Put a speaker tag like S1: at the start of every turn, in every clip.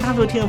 S1: 大陆听众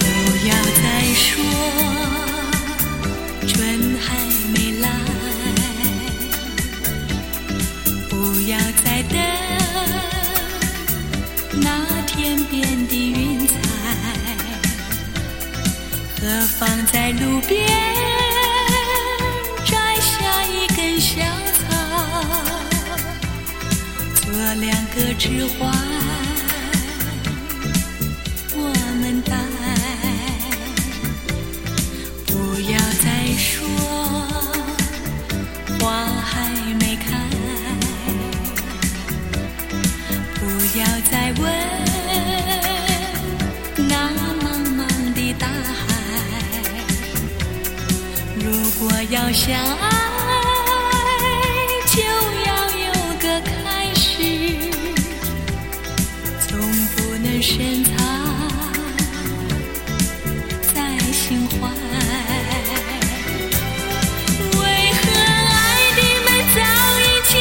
S2: 不要再说春还没来，不要再等那天边的云彩，何妨在路边摘下一根小草，做两个指环。要再问那茫茫的大海。如果要相爱，就要有个开始，总不能深藏在心怀。为何爱的门早已经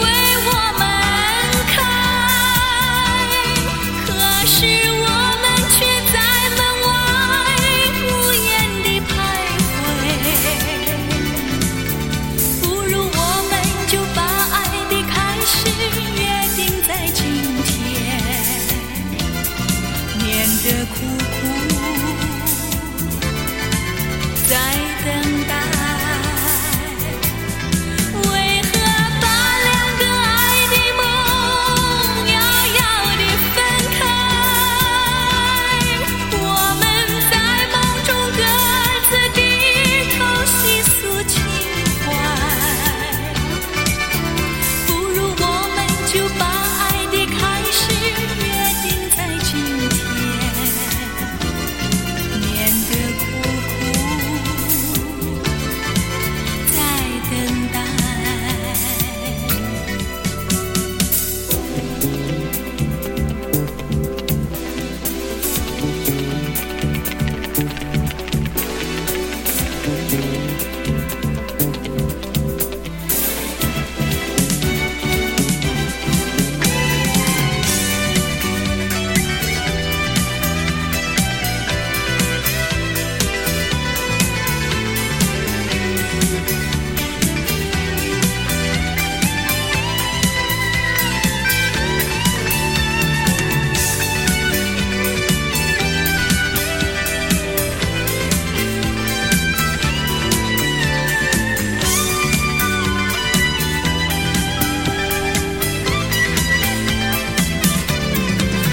S2: 为我们开，可是我们却在门外无言地徘徊？不如我们就把爱的开始约定在今天，免得苦苦。在等待，为何把两个爱的梦遥遥地分开？我们在梦中各自低头细诉情怀，不如我们就把爱的开始约定在今天。免得苦苦在等待。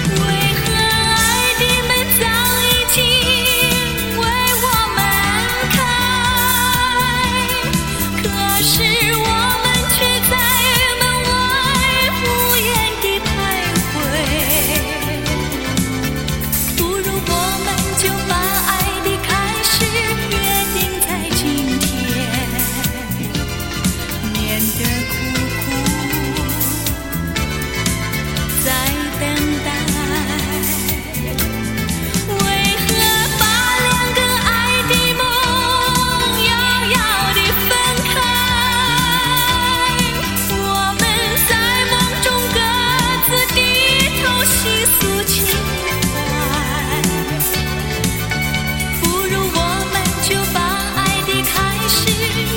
S2: 为何爱的门早已经为我们开？可是我们却在门外无言地徘徊。不如我们就把爱的开始约定在今天，免得苦苦。在等待，为何把两个爱的梦遥遥地分开？我们在梦中各自低头细诉情怀，不如我们就把爱的开始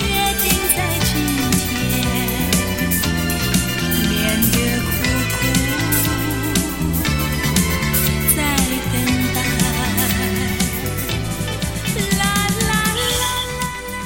S2: 约定在今天。免得苦苦在等待。啦啦啦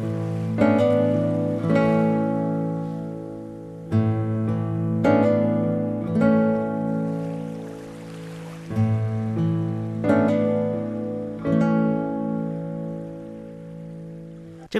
S1: 这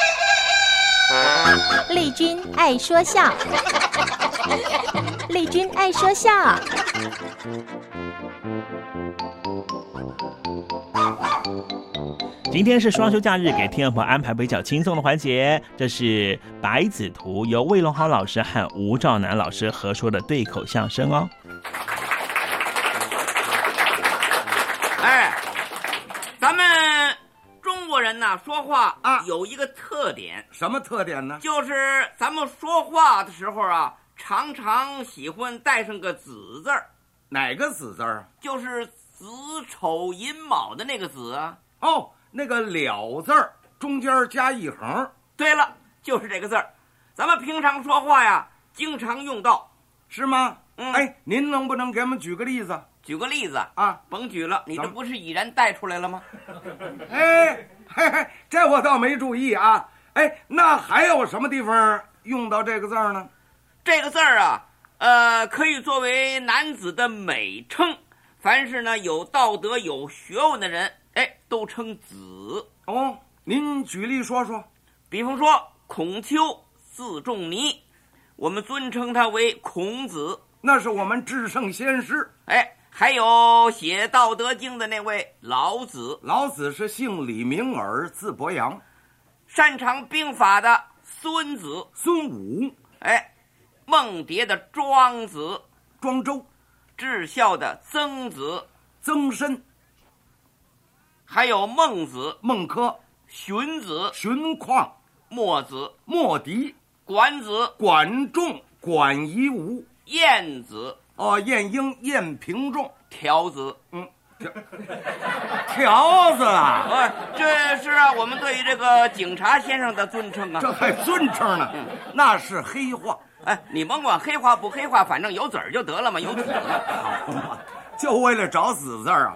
S3: 丽君爱说笑，君爱说笑。
S1: 今天是双休假日，给听众朋友安排比较轻松的环节。这是《白子图》，由魏龙豪老师和吴兆南老师合说的对口相声哦。
S4: 哎，咱们中国人呐，说话啊有一个特点，
S5: 什么特点呢？
S4: 就是咱们说话的时候啊，常常喜欢带上个“子”字儿，
S5: 哪个子字儿？啊
S4: 就是子丑寅卯的那个“子”啊。
S5: 哦，那个了字儿中间加一横。
S4: 对了，就是这个字儿。咱们平常说话呀，经常用到，
S5: 是吗？
S4: 嗯。
S5: 哎，您能不能给我们举个例子？
S4: 举个例子
S5: 啊，
S4: 甭举了，你这不是已然带出来了吗？
S5: 哎，嘿嘿，这我倒没注意啊。哎，那还有什么地方用到这个字儿呢？
S4: 这个字儿啊，呃，可以作为男子的美称。凡是呢有道德、有学问的人，哎，都称子。
S5: 哦，您举例说说。
S4: 比方说，孔丘，字仲尼，我们尊称他为孔子，
S5: 那是我们至圣先师。
S4: 哎。还有写《道德经》的那位老子，
S5: 老子是姓李名耳，字伯阳；
S4: 擅长兵法的孙子
S5: 孙武，
S4: 哎，梦蝶的庄子
S5: 庄周，
S4: 智孝的曾子
S5: 曾参，
S4: 还有孟子
S5: 孟轲、
S4: 荀子
S5: 荀况、
S4: 墨子
S5: 墨翟、
S4: 管子
S5: 管仲、管夷吾、
S4: 晏子。
S5: 哦，晏婴、晏平仲、
S4: 条子，
S5: 嗯，条子啊，
S4: 哎，这是啊，我们对于这个警察先生的尊称啊，
S5: 这还尊称呢，嗯、那是黑话。
S4: 哎，你甭管黑话不黑话，反正有子儿就得了嘛，有子嘛，
S5: 就为了找子字儿啊。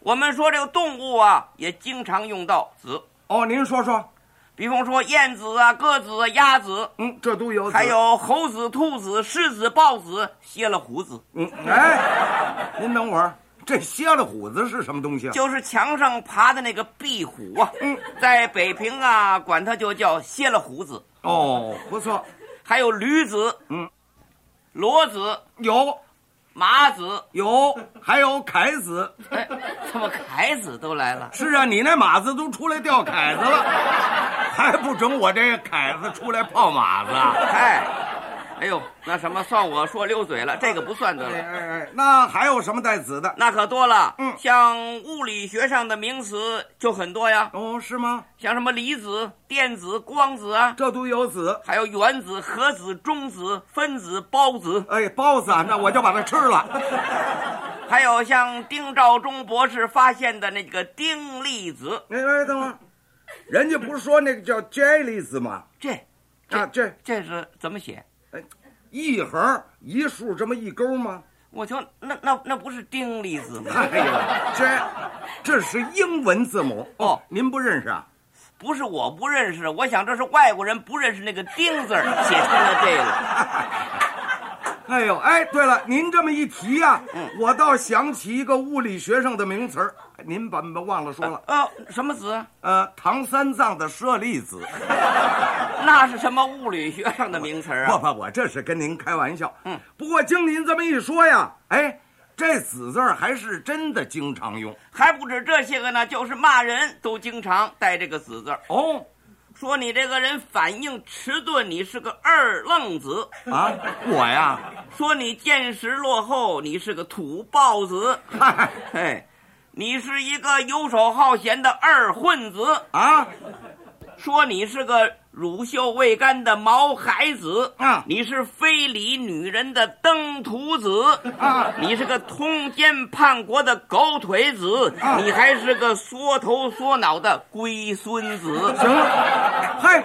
S4: 我们说这个动物啊，也经常用到子。
S5: 哦，您说说，
S4: 比方说燕子啊、鸽子、啊、鸭子，
S5: 嗯，这都有。
S4: 还有猴子、兔子、狮子、豹子、蝎了虎子。
S5: 嗯，哎，您等会儿，这蝎了虎子是什么东西、啊？
S4: 就是墙上爬的那个壁虎啊。
S5: 嗯，
S4: 在北平啊，管它就叫蝎了虎子。
S5: 哦，不错。
S4: 还有驴子，
S5: 嗯，
S4: 骡子
S5: 有，
S4: 马子
S5: 有，还有凯子。
S4: 哎，怎么凯子都来了？
S5: 是啊，你那马子都出来吊 凯子了。还不准我这凯子出来泡马子、啊？
S4: 哎，哎呦，那什么，算我说溜嘴了，这个不算得了。
S5: 哎哎哎，那还有什么带子的？
S4: 那可多了，
S5: 嗯，
S4: 像物理学上的名词就很多呀。
S5: 哦，是吗？
S4: 像什么离子、电子、光子啊，
S5: 这都有子。
S4: 还有原子、核子、中子、分子、孢子。
S5: 哎，孢子，啊，那我就把它吃了。
S4: 还有像丁肇中博士发现的那个丁粒子。
S5: 哎哎，等会儿。人家不是说那个叫 j 粒子吗？
S4: 这，
S5: 啊这
S4: 这是怎么写？
S5: 哎，一横一竖这么一勾吗？
S4: 我就那那那不是丁粒子吗？
S5: 哎呦，这这是英文字母
S4: 哦，
S5: 您不认识啊？
S4: 不是我不认识，我想这是外国人不认识那个丁字儿写成了这
S5: 个。哎呦哎，对了，您这么一提呀、啊，
S4: 嗯、
S5: 我倒想起一个物理学上的名词儿。您把忘了说了，
S4: 呃，什么子？
S5: 呃，唐三藏的舍利子，
S4: 那是什么物理学上的名词啊？
S5: 不不，我这是跟您开玩笑。
S4: 嗯，
S5: 不过经您这么一说呀，哎，这“子”字儿还是真的经常用，
S4: 还不止这些个呢，就是骂人都经常带这个“子”字儿。
S5: 哦，
S4: 说你这个人反应迟钝，你是个二愣子
S5: 啊！我呀，
S4: 说你见识落后，你是个土豹子。
S5: 嗨，
S4: 哎。你是一个游手好闲的二混子
S5: 啊！
S4: 说你是个乳臭未干的毛孩子
S5: 啊！
S4: 你是非礼女人的登徒子
S5: 啊！
S4: 你是个通奸叛国的狗腿子，
S5: 啊、
S4: 你还是个缩头缩脑的龟孙子。
S5: 行了，嗨，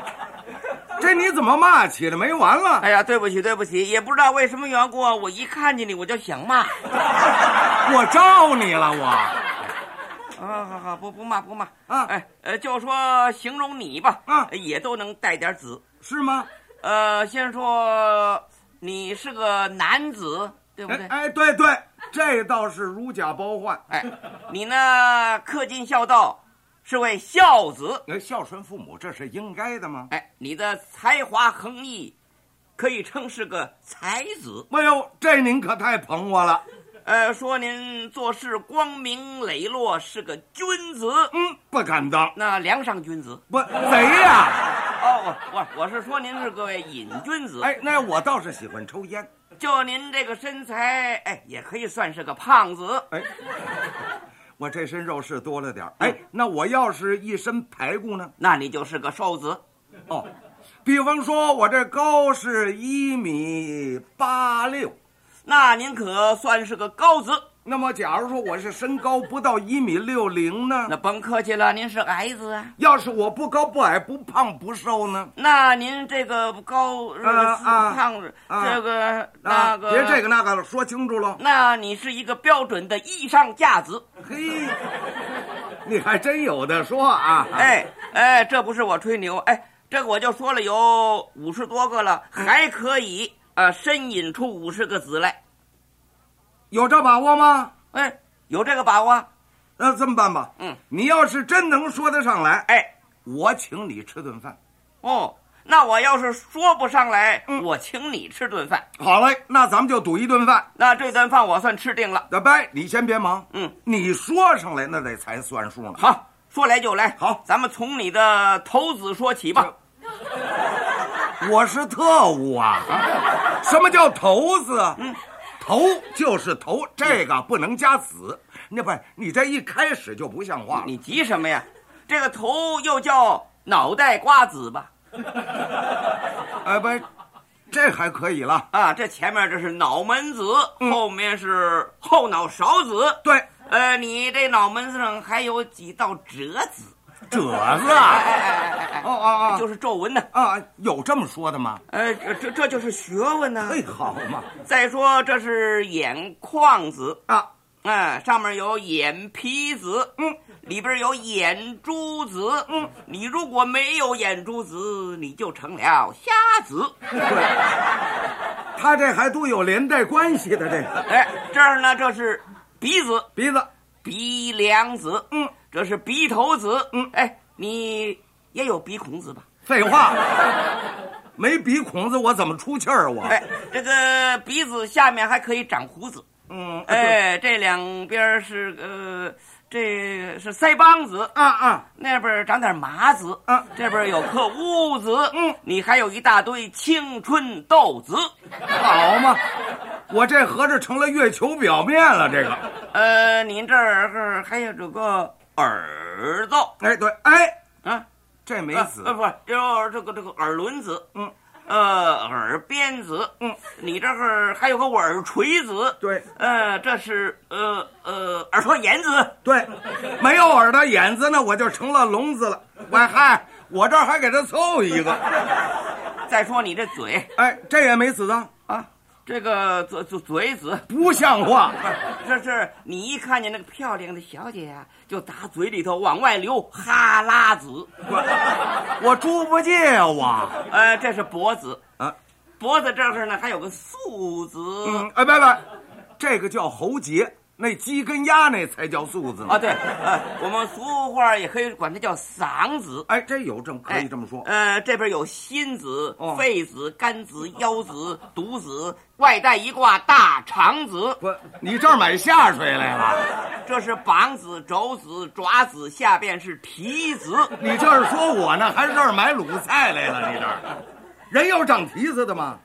S5: 这你怎么骂起来没完了？
S4: 哎呀，对不起，对不起，也不知道为什么缘故，我一看见你我就想骂。
S5: 我招你了，我。
S4: 啊，好好不不骂不骂
S5: 啊！
S4: 哎呃，就说形容你吧
S5: 啊，
S4: 也都能带点子，
S5: 是吗？
S4: 呃，先说你是个男子，对不对？
S5: 哎,哎，对 对，这倒是如假包换。
S4: 哎，你呢，恪尽孝道，是位孝子。
S5: 嗯哎孝顺父母，这是应该的吗？
S4: 哎，你的才华横溢，可以称是个才子。
S5: 哎呦，这您可太捧我了。
S4: 呃，说您做事光明磊落，是个君子。
S5: 嗯，不敢当。
S4: 那梁上君子
S5: 不贼呀、
S4: 哦，我我我是说您是各位瘾君子。
S5: 哎，那我倒是喜欢抽烟。
S4: 就您这个身材，哎，也可以算是个胖子。
S5: 哎，我这身肉是多了点儿。哎，
S4: 嗯
S5: 那我要是一身排骨呢？
S4: 那你就是个瘦子。
S5: 哦，比方说我这高是一米八六，
S4: 那您可算是个高子。
S5: 那么假如说我是身高不到一米六零呢？
S4: 那甭客气了，您是矮子啊。
S5: 要是我不高不矮不胖不瘦呢？
S4: 那您这个高呃
S5: 啊啊
S4: 胖子，
S5: 啊
S4: 这个
S5: 啊
S4: 那个，
S5: 别这个那个了，说清楚喽。
S4: 那你是一个标准的衣裳架子。
S5: 嘿，你还真有的说啊！
S4: 哎哎，这不是我吹牛，哎，这个我就说了有五十多个了，还可以啊，深引出五十个子来。
S5: 有这把握吗？
S4: 哎，有这个把握啊？
S5: 那呃这么办吧，
S4: 嗯，
S5: 你要是真能说得上来，
S4: 哎，
S5: 我请你吃顿饭。
S4: 哦，那我要是说不上来，
S5: 嗯
S4: 我请你吃顿饭。
S5: 好嘞，那咱们就赌一顿饭。
S4: 那这顿饭我算吃定了。
S5: 大伯，你先别忙，
S4: 嗯，
S5: 你说上来那得才算数呢。
S4: 好，说来就来。
S5: 好嗯
S4: 咱们从你的头子说起吧。
S5: 我是特务啊！什么叫头子？头就是头，这个不能加子。那不是你这一开始就不像话了。
S4: 你急什么呀？这个头又叫脑袋瓜子吧？
S5: 哎不，这还可以了。
S4: 啊，这前面这是脑门子，
S5: 嗯
S4: 后面是后脑勺子。
S5: 对，
S4: 呃，你这脑门子上还有几道褶子，哎
S5: 褶子啊！哦哦哦，
S4: 就是皱纹呢。
S5: 啊，有这么说的吗？
S4: 呃，这这这就是学问呢、
S5: 嘿，好嘛
S4: 再说这是眼眶子，
S5: 啊！
S4: 嗯，上面有眼皮子，
S5: 嗯，
S4: 里边有眼珠子，嗯，你如果没有眼珠子，你就成了瞎子。
S5: 他这还都有连带关系的，这个
S4: 哎，这儿呢，这是鼻子，
S5: 鼻子
S4: 鼻梁子，
S5: 嗯，
S4: 这是鼻头子，嗯，哎，你也有鼻孔子吧？
S5: 废话，没鼻孔子我怎么出气儿？ 我
S4: 哎，这个鼻子下面还可以长胡子，
S5: 嗯哎
S4: 哎，这两边儿是呃，这是腮帮子，
S5: 啊啊
S4: 那边儿长点麻子，
S5: 啊
S4: 这边儿有颗乌子，
S5: 嗯，
S4: 你还有一大堆青春痘子，
S5: 好嘛，我这合着成了月球表面了，这个。
S4: 呃，您这儿还有这个耳朵
S5: 哎，对，哎，
S4: 啊，
S5: 这没
S4: 啊
S5: 子
S4: 呃，不是，就是这个这个耳轮子，
S5: 嗯，
S4: 呃，耳边子，
S5: 嗯，
S4: 你这儿还有个耳垂子，
S5: 对
S4: 呃，这是呃呃耳朵眼子，
S5: 对，没有耳朵眼子呢，我就成了聋子了。喂嗨，我这儿还给他凑一个，
S4: 再说你这嘴
S5: 哎，这也没子啊，
S4: 啊，这个嘴嘴嘴子，
S5: 不像话。
S4: 这是你一看见那个漂亮的小姐啊，就打嘴里头往外流哈喇子，
S5: 我我猪八戒啊我
S4: 呃，这是脖子，
S5: 啊，
S4: 脖子这儿呢还有个素子，
S5: 嗯，哎，拜拜，这个叫喉结，那鸡跟鸭那才叫素子
S4: 啊，
S5: 呢。
S4: 对，呃，我们俗话也可以管它叫嗓子。
S5: 哎，这有证可以这么说。
S4: 呃，这边有心子、
S5: 哦
S4: 肺子、肝子、腰子、肚子，外带一挂大肠子，
S5: 不，你这儿买下水来了？
S4: 这是膀子、肘子、爪子，下边是蹄 子。
S5: 你这是说我呢，还是这儿买卤菜来了？你这儿，人有长蹄子的吗？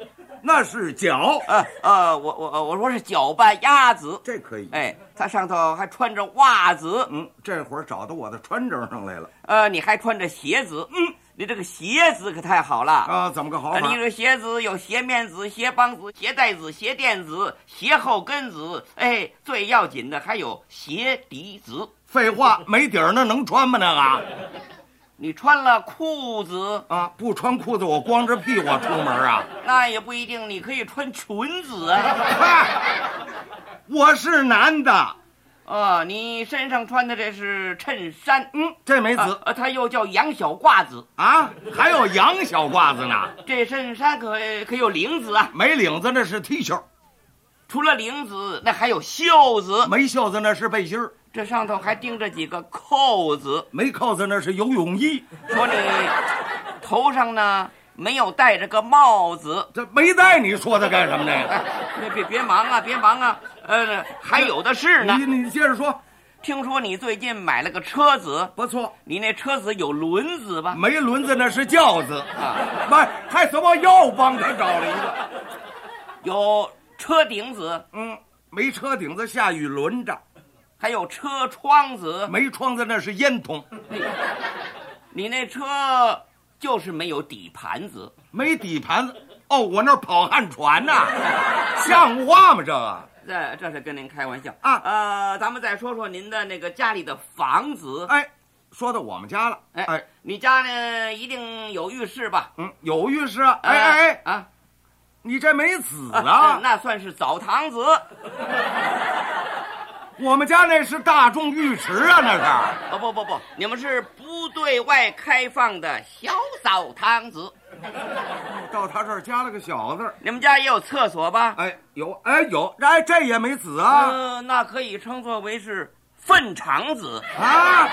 S5: 那是脚，
S4: 呃呃，我我呃我说是脚拌鸭子，
S5: 这可以。
S4: 哎，它上头还穿着袜子，
S5: 嗯，这会儿找到我的穿着上来了
S4: 呃，你还穿着鞋子，嗯，你这个鞋子可太好了。
S5: 啊？怎么个好
S4: 啊，
S5: 法？
S4: 你这鞋子有鞋面子、鞋帮子、鞋带子、鞋垫子、鞋后跟子，哎，最要紧的还有鞋底子。
S5: 废话，没底儿那能穿吗？那个
S4: 你穿了裤子，
S5: 啊，不穿裤子我光着屁股出门啊？
S4: 那也不一定，你可以穿裙子啊。
S5: 嗨，我是男的，
S4: 啊，你身上穿的这是衬衫，
S5: 嗯，这没
S4: 啊
S5: 子，
S4: 呃，它又叫羊小褂子。
S5: 啊，还有羊小褂子呢，
S4: 这衬衫可可有领子啊，
S5: 没领子那是 T 恤，
S4: 除了领子，那还有袖子，
S5: 没袖子那是背心儿，
S4: 这上头还钉着几个扣子。
S5: 没扣子那是游泳衣。
S4: 说你头上呢没有戴着个帽子。
S5: 这没戴，你说他干什么呢？
S4: 哎别别忙啊，别忙啊，呃，还有的是呢。
S5: 你你接着说，
S4: 听说你最近买了个车子，
S5: 不错。
S4: 你那车子有轮子吧？
S5: 没轮子那是轿子啊，不是，还什么又帮他找了一个？
S4: 有车顶子，
S5: 嗯，没车顶子下雨轮着，
S4: 还有车窗子，
S5: 没窗子那是烟筒，
S4: 你那车就是没有底盘子。
S5: 没底盘子。哦，我那儿跑旱船呐、像话吗？这个
S4: 这这是跟您开玩笑
S5: 啊
S4: 呃，咱们再说说您的那个家里的房子。
S5: 哎，说到我们家了，
S4: 哎
S5: 哎，
S4: 你家呢一定有浴室吧？
S5: 嗯，有浴室啊，哎哎哎，
S4: 啊
S5: 你这没死
S4: 啊
S5: 啊？
S4: 那算是澡堂子。
S5: 我们家那是大众浴池啊，那是。
S4: 哦不不不，你们是不对外开放的小澡堂子。
S5: 到他这儿加了个小字儿，
S4: 你们家也有厕所吧？
S5: 哎，有，哎有，哎这也没死啊、
S4: 呃，那可以称作为是粪场子。
S5: 啊！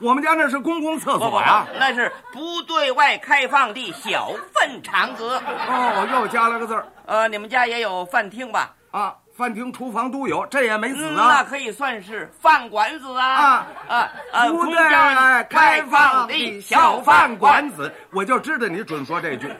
S5: 我们家那是公共厕
S4: 不不
S5: 所
S4: 不
S5: 呀、，
S4: 那是不对外开放的小粪场子。
S5: 哦，又加了个字儿
S4: 呃，你们家也有饭厅吧？
S5: 啊，饭厅、厨房都有，这也没死
S4: 嗯，那
S5: 啊。
S4: 可以算是饭馆子啊
S5: 啊
S4: 啊啊！
S5: 不
S4: 公
S5: 对
S4: 家
S5: 开
S4: 放
S5: 放的小饭馆
S4: 子，
S5: 子，我就知道你准说这句。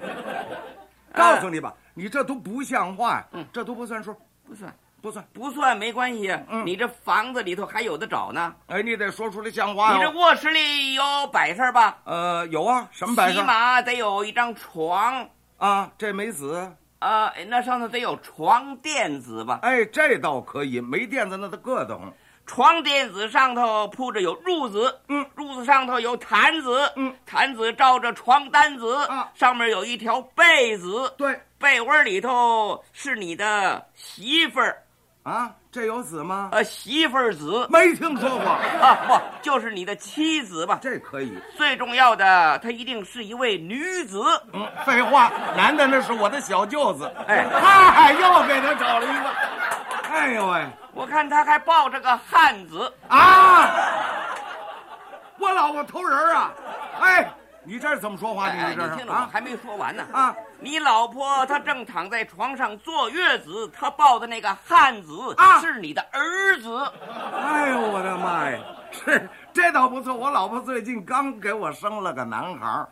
S5: 告诉你吧，你这都不像话呀、这都不算数，
S4: 不算
S5: 不算。
S4: 不算没关系。
S5: 嗯
S4: 你这房子里头还有的找呢。
S5: 哎，你得说出来像话
S4: 你这
S5: 哟。
S4: 卧室里有摆设吧？
S5: 呃，有啊，什么摆
S4: 起
S5: 设
S4: 码得有一张床，
S5: 啊？这没死。
S4: 呃，那上头得有床垫子吧？
S5: 哎，这倒可以，没垫子那都硌得慌。
S4: 床垫子上头铺着有褥子，
S5: 嗯
S4: 褥子上头有毯子，
S5: 嗯，
S4: 毯子罩着床单子，
S5: 啊
S4: 上面有一条被子，
S5: 对
S4: 被窝里头是你的媳妇儿，
S5: 啊，这有子吗？
S4: 呃，媳妇儿子
S5: 没听说过，
S4: 啊，不，就是你的妻子吧？
S5: 这可以。
S4: 最重要的，她一定是一位女子。
S5: 嗯，废话，男的那是我的小舅子。
S4: 哎
S5: 嗨，又给他找了一个。哎呦喂，
S4: 我看她还抱着个汉子，
S5: 啊！我老婆偷人啊！哎，你这是怎么说话？
S4: 哎哎
S5: 你这是
S4: 你听着，
S5: 啊
S4: 我还没说完呢
S5: 啊！
S4: 你老婆她正躺在床上坐月子，她抱的那个汉子
S5: 啊
S4: 是你的儿子。
S5: 哎呦我的妈呀！这这倒不错，我老婆最近刚给我生了个男孩儿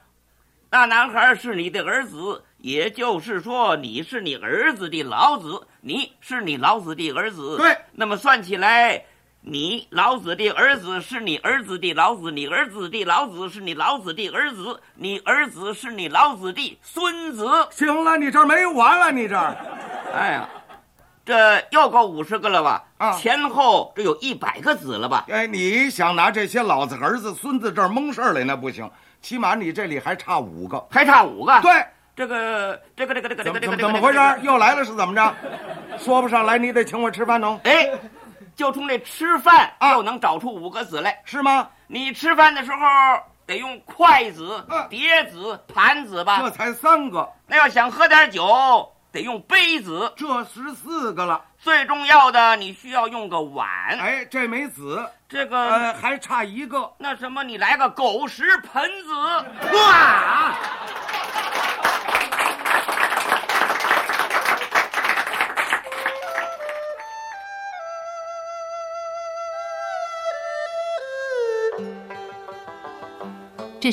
S4: 那男孩是你的儿子，也就是说你是你儿子的老子，你是你老子的儿子。
S5: 对
S4: 那么算起来，你老子的儿子是你儿子的老子，你儿子的老子是你老子的儿子，你儿子是你老子的孙子。
S5: 行了，你这儿没完了，你这儿
S4: 哎呀，这又够五十个了吧？
S5: 啊
S4: 前后这有一百个子了吧？
S5: 哎，你想拿这些老子、儿子、孙子这儿蒙事儿来，那不行。起码你这里还差五个。
S4: 还差五个。，
S5: 对，
S4: 这个这个这个这
S5: 怎
S4: 个这个
S5: 么怎
S4: 这个
S5: 么
S4: 这个
S5: 怎么回事儿？又来了是怎么着？说不上来，你得请我吃饭哦，
S4: 哎，就冲这吃饭
S5: 啊
S4: 又能找出五个子来。
S5: 是吗？
S4: 你吃饭的时候得用筷子
S5: 嗯、
S4: 碟子、盘子
S5: 这
S4: 吧？
S5: 才三个，
S4: 那要想喝点酒，得用杯子。
S5: 这十四个了。
S4: 最重要的，你需要用个碗。
S5: 哎，这没子，
S4: 这
S5: 呃，
S4: 个
S5: 还差一个。
S4: 那什么，你来个狗食盆子，哇！
S3: 这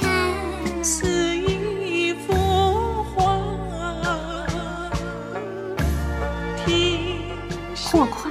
S2: 看似一幅画，听
S3: 或快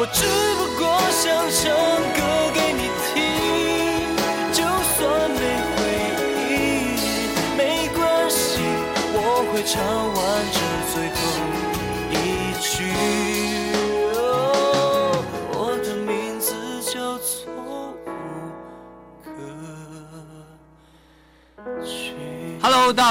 S6: 我只不过想唱歌给你听，就算没回忆，没关系，我会唱完这最后一句。哦我的名字叫做无可取。
S7: Hello，大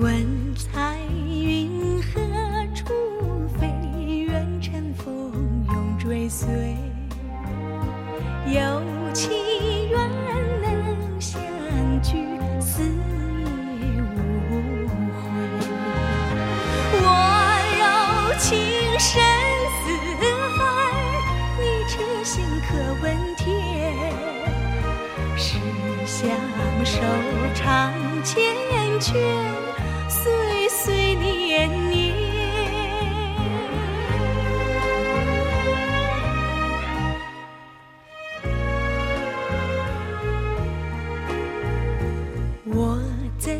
S2: 问彩云何处飞？愿乘风永追随。有情缘能相聚，死也无悔。我柔情深似海，你痴心可问天。是相守长缱绻，岁岁年年。我怎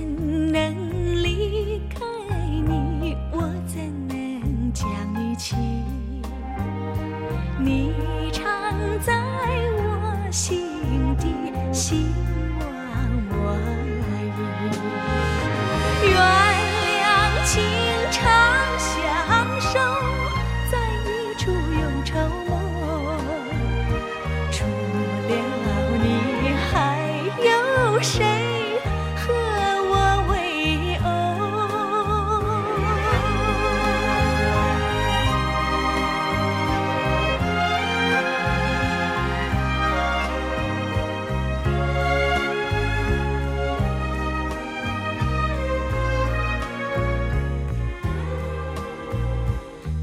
S2: 能离开你？我怎能将你弃？你常在我心底，希望我已原谅情长相守，在一处又愁梦。除了你，还有谁和我为偶？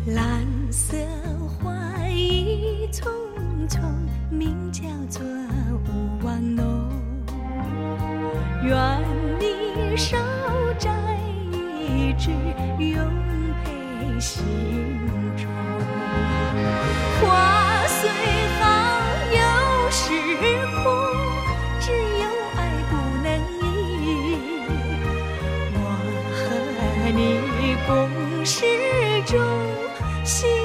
S2: 蓝色花一丛丛，名叫做勿忘浓。愿你手摘一枝，永佩心中。花虽好，有时枯，只有爱不能移。和你共事中幸